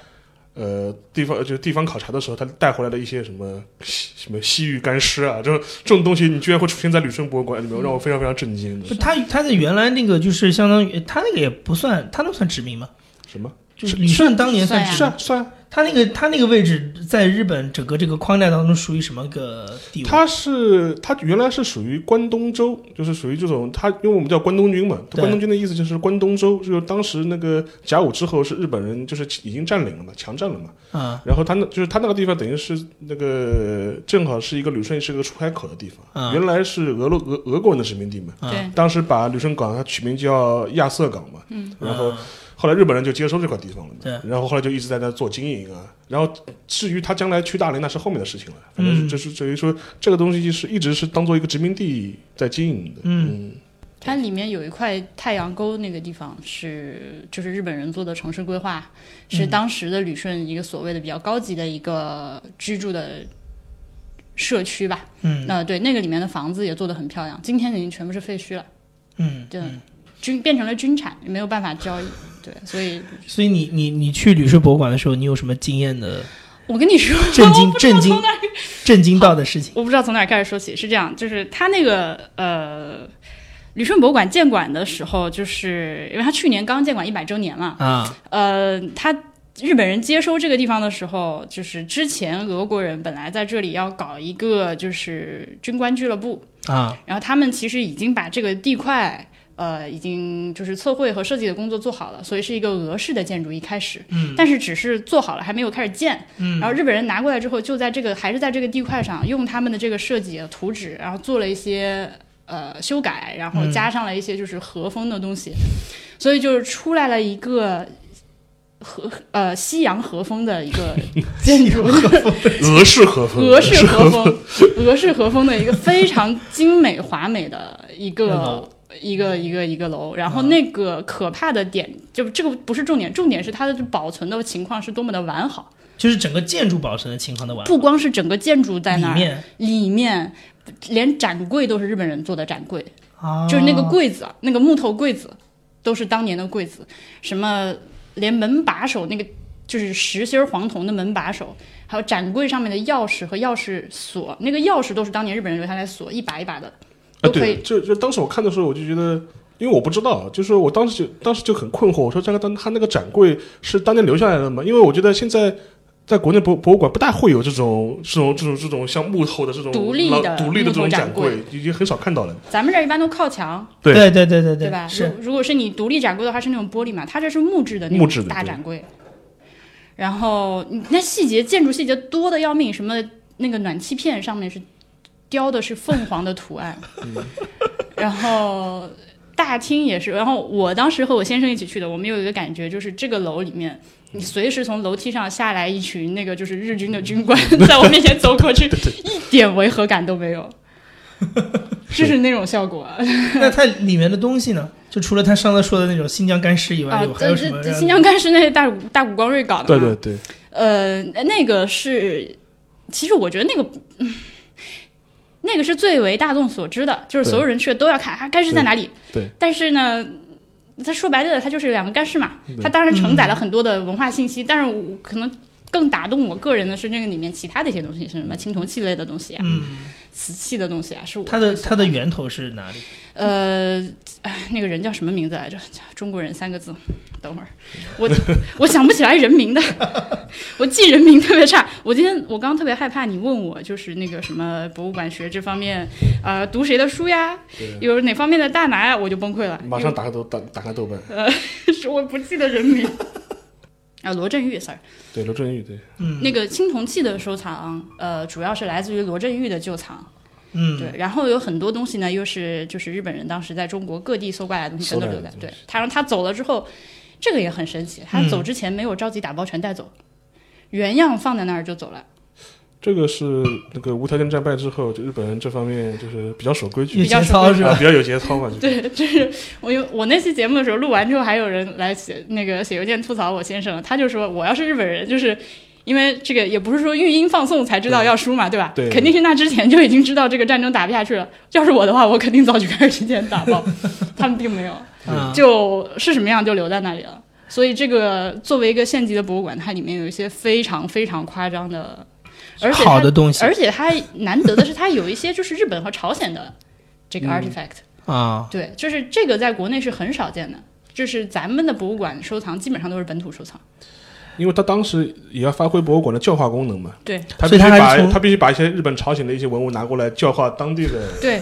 呃，地方就是地方考察的时候，他带回来的一些什么西什么西域干尸啊，这种这种东西，你居然会出现在旅顺博物馆里面，让我非常非常震惊的
不。他他在原来那个就是相当于他那个也不算，他那个算殖民吗？
什么？
就是旅顺当年算
算呀
殖
是
民
啊，算啊，
他那个他那个位置在日本整个这个框架当中属于什么个地位？
它是它原来是属于关东州，就是属于这种，它因为我们叫关东军嘛，
对
关东军的意思就是关东州，就是当时那个甲午之后是日本人就是已经占领了嘛，强占了嘛。
啊
然后他那就是他那个地方等于是那个正好是一个旅顺是个出海口的地方，
啊
原来是俄罗俄俄国人的殖民地嘛，
啊
对，
当时把旅顺港它取名叫亚瑟港嘛，
嗯
然后
啊
后来日本人就接收这块地方了嘛，
对
然后后来就一直在那做经营啊，然后至于他将来去大连那是后面的事情了，反正
嗯
是就是等于说这个东西是一直是当做一个殖民地在经营的，
嗯
它里面有一块太阳沟那个地方是就是日本人做的城市规划，是
嗯
当时的旅顺一个所谓的比较高级的一个居住的社区吧。
嗯
那对那个里面的房子也做得很漂亮，今天已经全部是废墟了，
嗯，
对，军变成了军产，没有办法交易。对，所以
所以你你你去旅顺博物馆的时候，你有什么惊艳 的
我跟你说，
震惊震惊震惊到的事情？
我不知道从哪儿开始说起。是这样，就是他那个呃，旅顺博物馆建馆的时候，就是因为他去年刚建馆一百周年嘛，
啊，
呃，他日本人接收这个地方的时候，就是之前俄国人本来在这里要搞一个就是军官俱乐部，
啊，
然后他们其实已经把这个地块。呃，已经就是测绘和设计的工作做好了，所以是一个俄式的建筑。一开始，
嗯
但是只是做好了，还没有开始建。
嗯
然后日本人拿过来之后，就在这个还是在这个地块上，用他们的这个设计的啊图纸，然后做了一些呃修改，然
嗯
后加上了一些就是和风的东西，所以就是出来了一个和呃西洋和风的一个 建筑，
俄式和风，
俄
嗯
式和风， 俄式和风的一个非常精美华美的一个
楼。
一个一个一个楼，然
嗯
后那个可怕的点，就这个不是重点，重点是它的保存的情况是多么的完好，
就是整个建筑保存的情况的完好
不光是整个建筑在那
里
儿，
面
里面连展柜都是日本人做的展柜，
啊，
就是那个柜子，那个木头柜子，都是当年的柜子，什么连门把手那个就是实心儿黄铜的门把手，还有展柜上面的钥匙和钥匙锁，那个钥匙都是当年日本人留下来锁，一把一把的，
啊，
都可
对
以，。
就就当时我看的时候，我就觉得，因为我不知道，就是我当时就当时就很困惑，我说这个当他那个展柜是当年留下来的吗？因为我觉得现在在国内博博物馆不大会有这种这种这种这种像幕后的这种
独立
老
的
独立的这
幕
种
后
展
展柜
柜，已经很少看到了。
咱们这儿一般都靠墙，
对
对对对对对
吧？
是
如如果是你独立展柜的话，是那种玻璃嘛，它这是木质的那
木质
种
的
大
对
展柜。然后你那细节，建筑细节多的要命，什么那个暖气片上面是雕的是凤凰的图案，然后大厅也是。然后我当时和我先生一起去的，我们有一个感觉就是这个楼里面。你随时从楼梯上下来一群那个就是日军的军官在我面前走过去，一点违和感都没有，就是那种效果。
那它里面的东西呢？就除了他上次说的那种新疆干尸以外，
啊
有，还
这
有什么
这
让？
新疆干尸那是大谷大谷光瑞搞的，
对对，对，
呃，那个是，其实我觉得那个。嗯那个是最为大众所知的，就是所有人去都要看啊，干尸在哪里？
对对
但是呢，它说白了，它就是两个干尸嘛。
对
它当然承载了很多的文化信息，但是我可能更打动我个人的是那个里面其他的一些东西，是什么青铜器类的东西啊，
嗯，
瓷器的东西啊，是我
它的它的源头是哪里？
呃，哎，那个人叫什么名字来着？中国人三个字。等会儿，我我想不起来人名的，我记人名特别差。我今天我刚特别害怕你问我，就是那个什么博物馆学这方面，呃，读谁的书呀，有哪方面的大拿呀，我就崩溃了。
马上打开豆打打开豆瓣，
是我不记得人名。啊，罗振玉，sorry，
对罗振宇，对
嗯
那个青铜器的收藏，呃，主要是来自于罗振玉的旧藏。
嗯，
对，然后有很多东西呢，又是就是日本人当时在中国各地搜过来的东西，
搜
全都
来
留
的
在。
东
对他让他走了之后，这个也很神奇，他
嗯
走之前没有着急打包全带走，原样放在那儿就走了，
这个是那个无条件战败之后，就日本人这方面就是比较守规矩
有
比，较
节
熟
操
悉
是
啊，
吧？
比较有节操嘛。就
对，就是我有我那期节目的时候录完之后，还有人来写那个写邮件吐槽我先生，他就说我要是日本人，就是因为这个也不是说育婴放送才知道要输嘛，对吧？
对
肯定是那之前就已经知道这个战争打不下去了。要是我的话，我肯定早就开始提前打包， 他们并没有，
啊，
就是什么样就留在那里了。所以这个作为一个县级的博物馆，它里面有一些非常非常夸张的，而且它
好的东西
而且它难得的是它有一些就是日本和朝鲜的
嗯
这个 artifact。
啊，
对，就是这个在国内是很少见的，就是咱们的博物馆收藏基本上都是本土收藏。
因为他当时也要发挥博物馆的教化功能嘛，
对
他
所
必
以他
须
还是
把
从
他必须把一些日本、朝鲜的一些文物拿过来教化当地的。
对，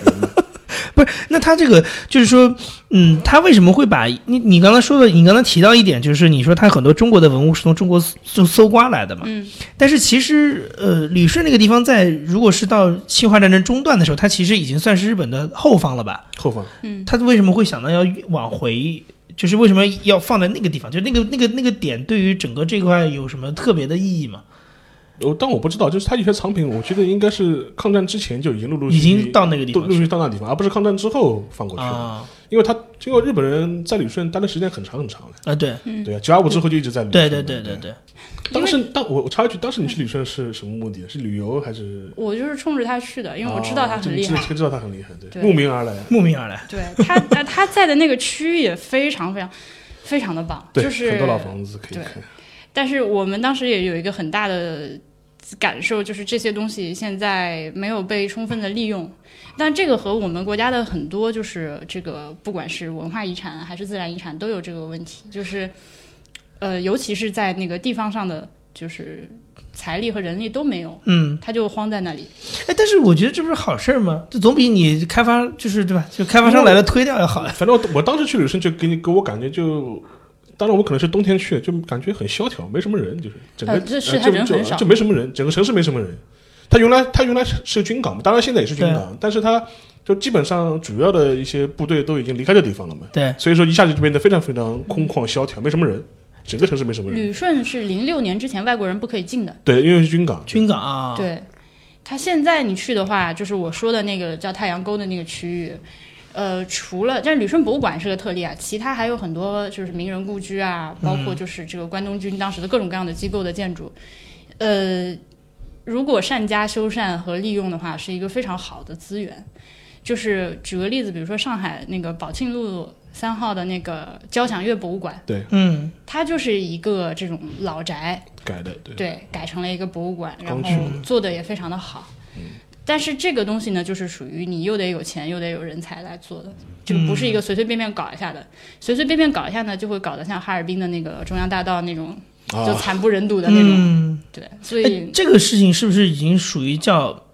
不是，那他这个就是说，嗯，他为什么会把你你刚才说的，你刚才提到一点，就是你说他很多中国的文物是从中国搜搜刮来的嘛？
嗯，
但是其实，呃，旅顺那个地方在如果是到侵华战争中断的时候，它其实已经算是日本的后方了吧？
后方
他为什么会想到要往回？就是为什么要放在那个地方？就那个那个那个点，对于整个这块有什么特别的意义吗？
我呃但我不知道，就是他有些藏品，我觉得应该是抗战之前就已经陆陆续
已
续
经到那个地
都
方
陆续到那地方，而不是抗战之后放过去的。
啊
因为他因为日本人在旅顺待的时间很长很长了，
啊，对
嗯
对啊，九二五之后就一直在旅
对
顺。
对对对。对，
当时当我我插一句，当时你去旅顺是什么目的？是旅游还是？
我就是冲着他去的，因为我知道他
哦
很厉害。
知知道他很厉害，对，
对
慕名而来。
慕名而来。
对 他，他他在的那个区域也非常非常非常的棒，
对，
就是
很多老房子可以
对
看。
但是我们当时也有一个很大的感受，就是这些东西现在没有被充分的利用。但这个和我们国家的很多就是这个，不管是文化遗产还是自然遗产，都有这个问题，就是呃，尤其是在那个地方上的，就是财力和人力都没有，
嗯，
它就荒在那里。
哎，但是我觉得这不是好事儿吗？这总比你开发就是对吧？就开发商来了推掉要好呀。
反正我我当时去旅顺就给你给我感觉就，当然我可能是冬天去，就感觉很萧条，没什么人，就是整个、
呃这是
呃
它
就
人
就
很少
就没什么人，整个城市没什么人。它原来它原来是是军港嘛，当然现在也是军港，但是它就基本上主要的一些部队都已经离开这地方了嘛，
对，
所以说一下就变得非常非常空旷萧条，没什么人，整个城市没什么人。
旅顺是零六年之前外国人不可以进的，
对，因为是军港，
军港啊，
对，它现在你去的话，就是我说的那个叫太阳沟的那个区域，呃，除了但是旅顺博物馆是个特例啊，其他还有很多就是名人故居啊，包括就是这个关东军当时的各种各样的机构的建筑，呃，如果善加修缮和利用的话，是一个非常好的资源。就是举个例子，比如说上海那个宝庆路三号的那个交响乐博物馆，
嗯，
它就是一个这种老宅，
改的，对，
对，改成了一个博物馆，然
光
后做的也非常的好。
嗯
但是这个东西呢，就是属于你又得有钱，又得有人才来做的，就不是一
嗯
个随随便便搞一下的。随随便便搞一下呢，就会搞得像哈尔滨的那个中央大道那种
啊
就惨不忍睹的那种。
嗯，
对，所
哎
以，
这个事情是不是已经属于叫，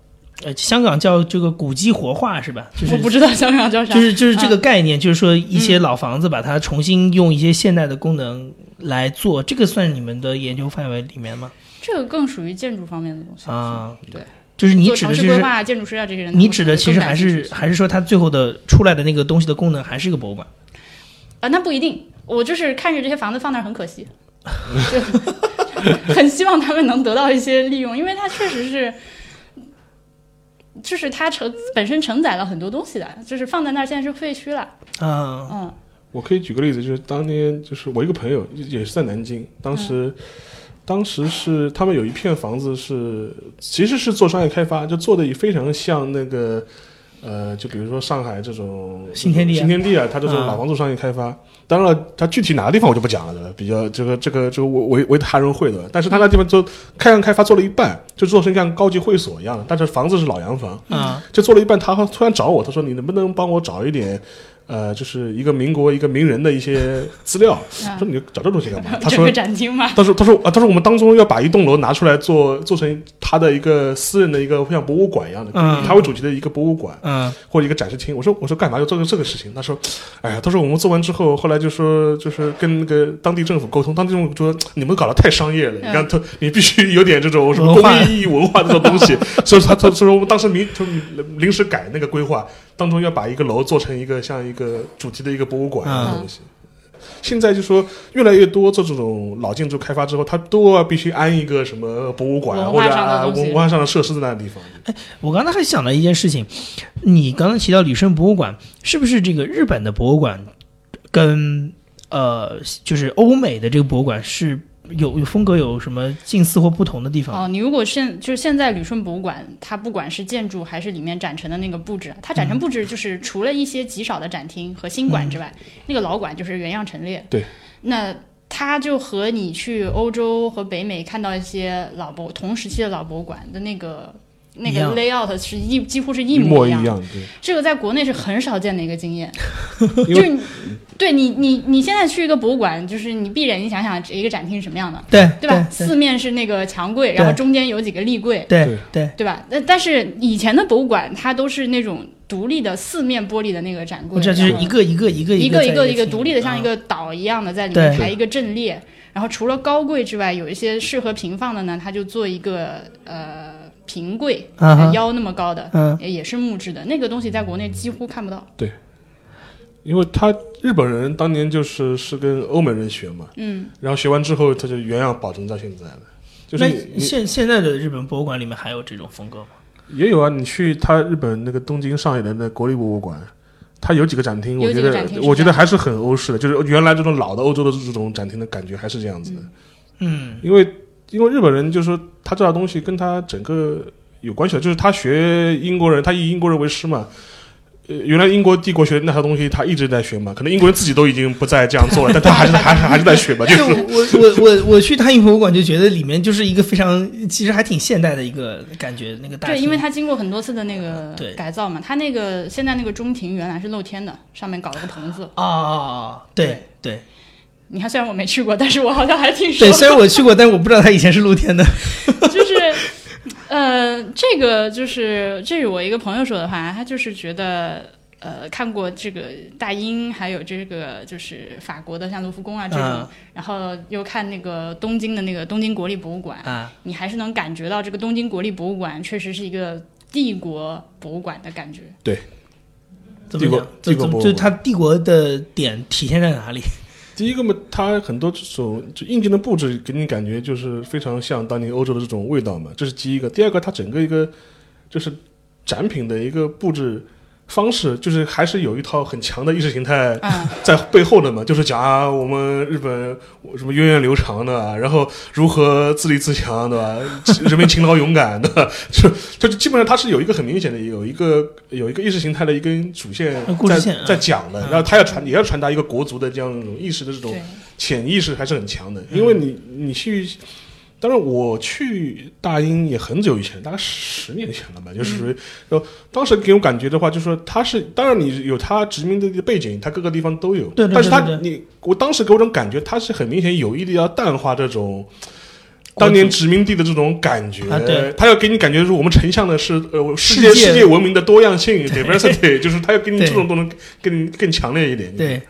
呃，香港叫这个古迹活化是吧？就是
我不知道香港叫啥，
就是就是这个
嗯
概念，就是说一些老房子把它重新用一些现代的功能来做，这个算你们的研究范围里面吗？
这个更属于建筑方面的东西。
啊，
对，
就是你
做
指
城
的就
市规
是
划、建筑师啊，这些人都
你
会
指的其实
更感
还
兴
是
趣
还是说它最后的出来的那个东西的功能还是一个博物馆？
啊，那不一定。我就是看着这些房子放那儿很可惜， 就很希望他们能得到一些利用，因为它确实是，就是它承本身承载了很多东西的，就是放在那儿现在是废墟了。
啊，
嗯，
我可以举个例子，就是当年就是我一个朋友也是在南京，当时、当时是他们有一片房子是其实是做商业开发，就做的也非常像那个呃，就比如说上海这种
新天地啊
新天地啊，它这种
啊
老房子商业开发。当然了，它具体哪个地方我就不讲了，对吧？比较这个这个这个维维维他人会的，但是它那地方做开放开发做了一半，就做成像高级会所一样的，但是房子是老洋房。
嗯
啊，
就做了一半，他突然找我，他说你能不能帮我找一点，呃，就是一个民国一个名人的一些资料？我说你找这东西干 嘛？他
整
说
个。展厅嘛，
他说：“他说啊，他说我们当中要把一栋楼拿出来做，做成他的一个私人的一个像博物馆一样的，
嗯
以他为主题的一个博物馆
嗯
或者一个展示厅。”我说：“我说干嘛要做这个事情？”他说：“哎呀，他说我们做完之后，后来就说就是跟那个当地政府沟通，当地政府说你们搞得太商业
嗯
了，你看他你必须有点这种什么
文
公
化
益意义文化这种东西，所以他他所以说我们当时临就临时改那个规划，当中要把一个楼做成一个像一个主题的一个博物馆
嗯
的东西。现在就说越来越多做这种老建筑开发之后，它都要必须安一个什么博物馆啊
文
或
化
者
上的
啊
东西
文化上的设施在那个地方。
我刚才还想了一件事情，你刚才提到旅顺博物馆，是不是这个日本的博物馆跟呃，就是欧美的这个博物馆是有有风格有什么近似或不同的地方？
哦，你如果现就是现在旅顺博物馆，它不管是建筑还是里面展陈的那个布置啊，它展
嗯
陈布置就是除了一些极少的展厅和新馆之外，那个老馆就是原样陈列。
对，
那它就和你去欧洲和北美看到一些老博同时期的老博物馆的那个那
一样
个 layout 是一几乎是一
一模
一
一
样的。
样，对。
这个在国内是很少见的一个经验，
因为
就是你对你你你现在去一个博物馆，就是你闭着眼睛想想一个展厅是什么样的，
对
对吧？
对
四面是那个墙柜，然后中间有几个立柜，
对对，
对吧？但但是以前的博物馆它都是那种独立的四面玻璃的那个展柜，
我这就是
然后
一个一个一个
一
个
个
一
个一个独立的，像一
个
个岛一样的在里
对
面排一个阵列。然后除了高柜之外，有一些适合平放的呢，它就做一个呃平柜，
啊哈
腰那么高的，
嗯
也是木质的。那个东西在国内几乎看不到。
因为他日本人当年就是是跟欧美人学嘛，
嗯，
然后学完之后他就原样保存到现在了。就是你
那
你
现现在的日本博物馆里面还有这种风格吗？
也有啊，你去他日本那个东京、上海的那国立博物馆，它有几个展厅，我
有
觉
几个
得
展厅是
我觉得
这样
还是很欧式的，就是原来这种老的欧洲的这种展厅的感觉还是这样子的。
嗯
因为因为日本人就是说他这套东西跟他整个有关系的，啊就是他学英国人，他以英国人为师嘛。呃，原来英国帝国学的那套东西，他一直在学嘛。可能英国人自己都已经不再这样做了，但他还是还是还是在学 嘛。就
就是我我我我去大英博物馆就觉得里面就是一个非常其实还挺现代的一个感觉，那个大
对，因为
厅
它经过很多次的那个
对
改造嘛，它那个现在那个中庭原来是露天的，上面搞了个棚子。
啊啊
哦
啊，对对
你看，虽然我没去过，但是我好像还挺熟
对，。虽然我去过，但是我不知道它以前是露天的。
就是，呃，这个就是这是我一个朋友说的话，他就是觉得。呃，看过这个大英，还有这个就是法国的像卢浮宫 啊这种，
嗯
然后又看那个东京的那个东京国立博物馆，
啊，
你还是能感觉到这个东京国立博物馆确实是一个帝国博物馆的感觉。
怎么讲？
帝国帝
就怎
国博
么
物
就
馆
它帝国的点体现在哪里？
第一个嘛，它很多这种就硬件的布置，给你感觉就是非常像当年欧洲的这种味道嘛，这是第一个。第二个，它整个一个就是展品的一个布置方式，就是还是有一套很强的意识形态
啊，
在背后的嘛，就是讲啊，我们日本什么源远流长的啊，然后如何自立自强，对吧？ 人民勤劳勇敢，对吧？ 就就基本上它是有一个很明显的有一个有一个意识形态的一根主线
故事
在
线嗯
在讲的，
嗯
然后它要传也要传达一个国足的这样一种意识的这种
对，
嗯
潜意识还是很强的，因为你你去。当然，我去大英也很久以前，大概十年前了吧，
嗯
就是属于，然后当时给我感觉的话，就是说它是，当然你有它殖民地的背景，它各个地方都有，
对对
但是它
对对
你，我当时给我种感觉，它是很明显有意的要淡化这种。当年殖民地的这种感觉，
啊对
它要给你感觉就是我们呈现的是呃世界
世界
世界文明的多样性 diversity，就是它要给你这种都能更更强烈一点。，
对，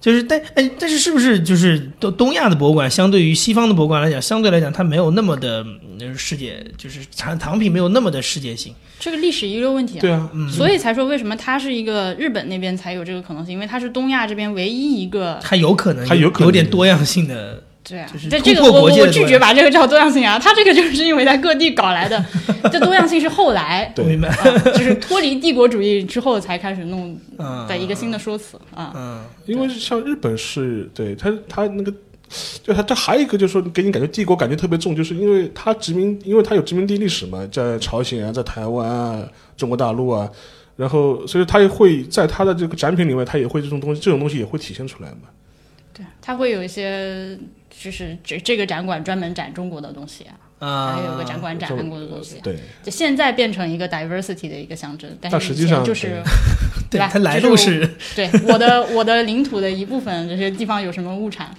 就是但哎，但是是不是就是东东亚的博物馆，相对于西方的博物馆来讲，相对来讲它没有那么的嗯就是世界，就是藏藏品没有那么的世界性。
这个历史遗留问题啊。
对啊，
所以才说为什么它是一个日本那边才有这个可能性，因为它是东亚这边唯一一个
它有可能
它有可能，
点多样性的，
对啊
就是，
这
突
这个
破
我
国
我
界
我
的
拒
多
绝
样
把这个叫多样性啊，它这个就是因为在各地搞来的， 这多样性是后来
对
明白？
啊就是脱离帝国主义之后才开始弄
嗯，
的一个新的说辞啊。
嗯，
因为像日本是对它它那个，就它这还有一个就是说给你感觉帝国感觉特别重，就是因为它殖民，因为它有殖民地历史嘛，在朝鲜啊，在台湾啊，中国大陆啊，然后所以它也会在它的这个展品里面，它也会这种东西，这种东西也会体现出来嘛。
对，
嗯
它会有一些就是这这个展馆专门展中国的东西啊，
啊，
还有个展馆展
这么
韩国的东西啊，
对，
就现在变成一个 diversity 的一个象征，但
但
是
实
以
际
前
上
就是
对
对吧
它来
就是
路是
对我的我的领土的一部分，这些地方有什么物产，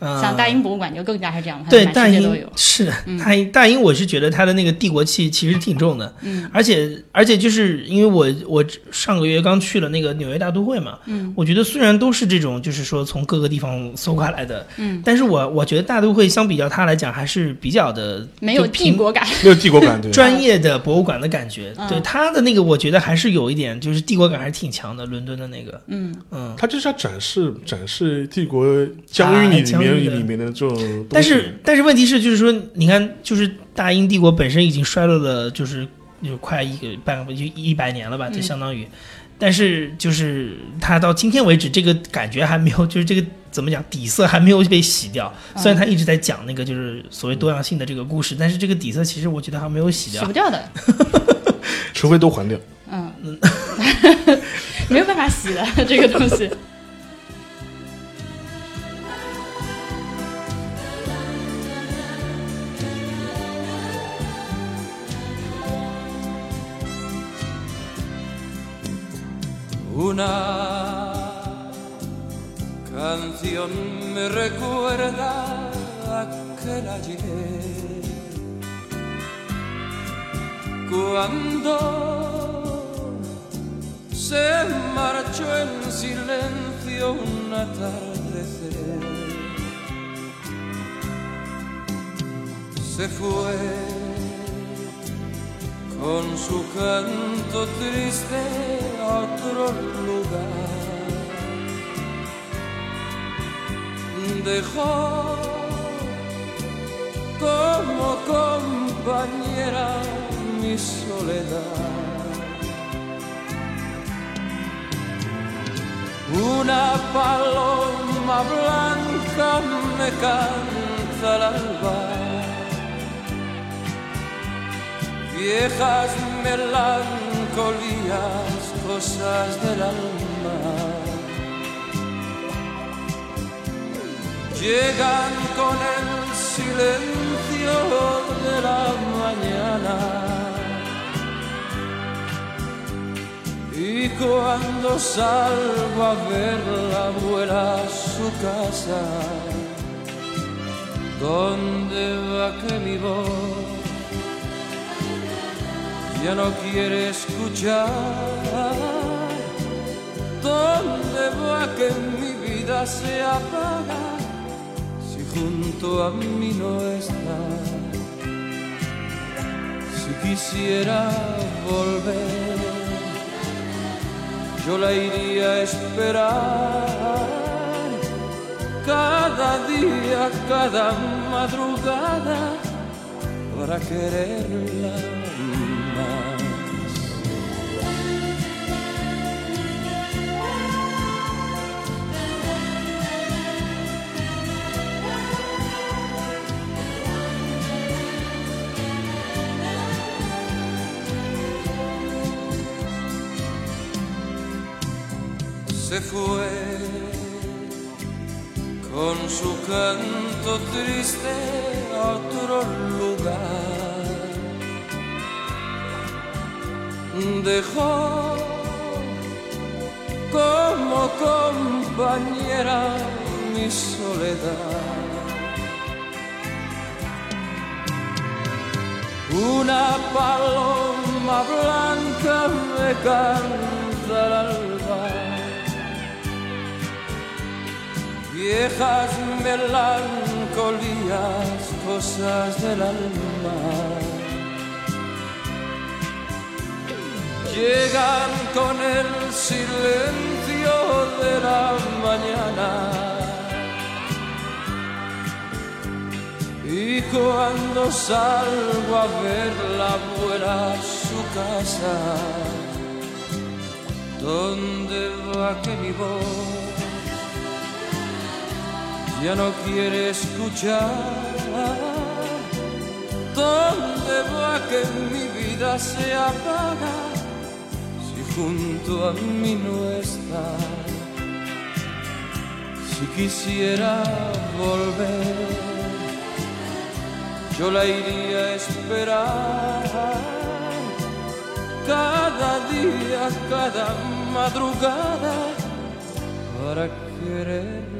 像大。
嗯
英博物馆就更加是这样，它
对大
满世界都
英
有。嗯
是大英，大英我是觉得它的那个帝国气其实挺重的，
嗯
而且而且就是因为我我上个月刚去了那个纽约大都会嘛，
嗯，
我觉得虽然都是这种就是说从各个地方搜刮来的，
嗯，
但是我我觉得大都会相比较它来讲还是比较的
没有
就
帝
平
国感，
没有帝国感， 对。
专业的博物馆的感觉，
嗯
对它的那个我觉得还是有一点就是帝国感还是挺强的，伦敦的那个，
嗯，
嗯，
它就是要展示展示帝国疆域
啊
里
疆
面
域的
里面的这种东西，
但是但是问题是，就是说，你看，就是大英帝国本身已经衰落了，就是有快一个半个就一百年了吧，就
嗯
相当于。但是就是它到今天为止，这个感觉还没有，就是这个怎么讲，底色还没有被洗掉。虽
嗯
然他一直在讲那个就是所谓多样性的这个故事，但是这个底色其实我觉得还没有洗
洗
掉
不。掉的，
除非都还掉。
嗯， 没有办法洗的这个东西。
Una canción me recuerda aquel ayer cuando se marchó en silencio un atardecer. Se fue con su canto triste a otro lugar. Dejó como compañera mi soledad. Una paloma blanca me canta al alba viejas melancolías, cosas del alma. Llegan con el silencio de la mañana. Y cuando salgo a verla, vuela a su casa. ¿Dónde va que mi voz ya no quiere escuchar. ¿Dónde va que mi vida se apaga si junto a mí no está? Si quisiera volver, yo la iría a esperar. Cada día, cada madrugada, para quererla más. Se fue con con su canto triste a otro lugar. Dejó como compañera mi soledad. Una paloma blanca me canta al alba. viejas melancolías, cosas del alma. Llegan con el silencio de la mañana. Y cuando salgo a ver la abuela a su casa, ¿dónde va que mi voz ya no quiere escuchar. ¿Dónde va que mi vida se apaga si junto a mí no está? Si quisiera volver, yo la iría a esperar. Cada día, cada madrugada, para querer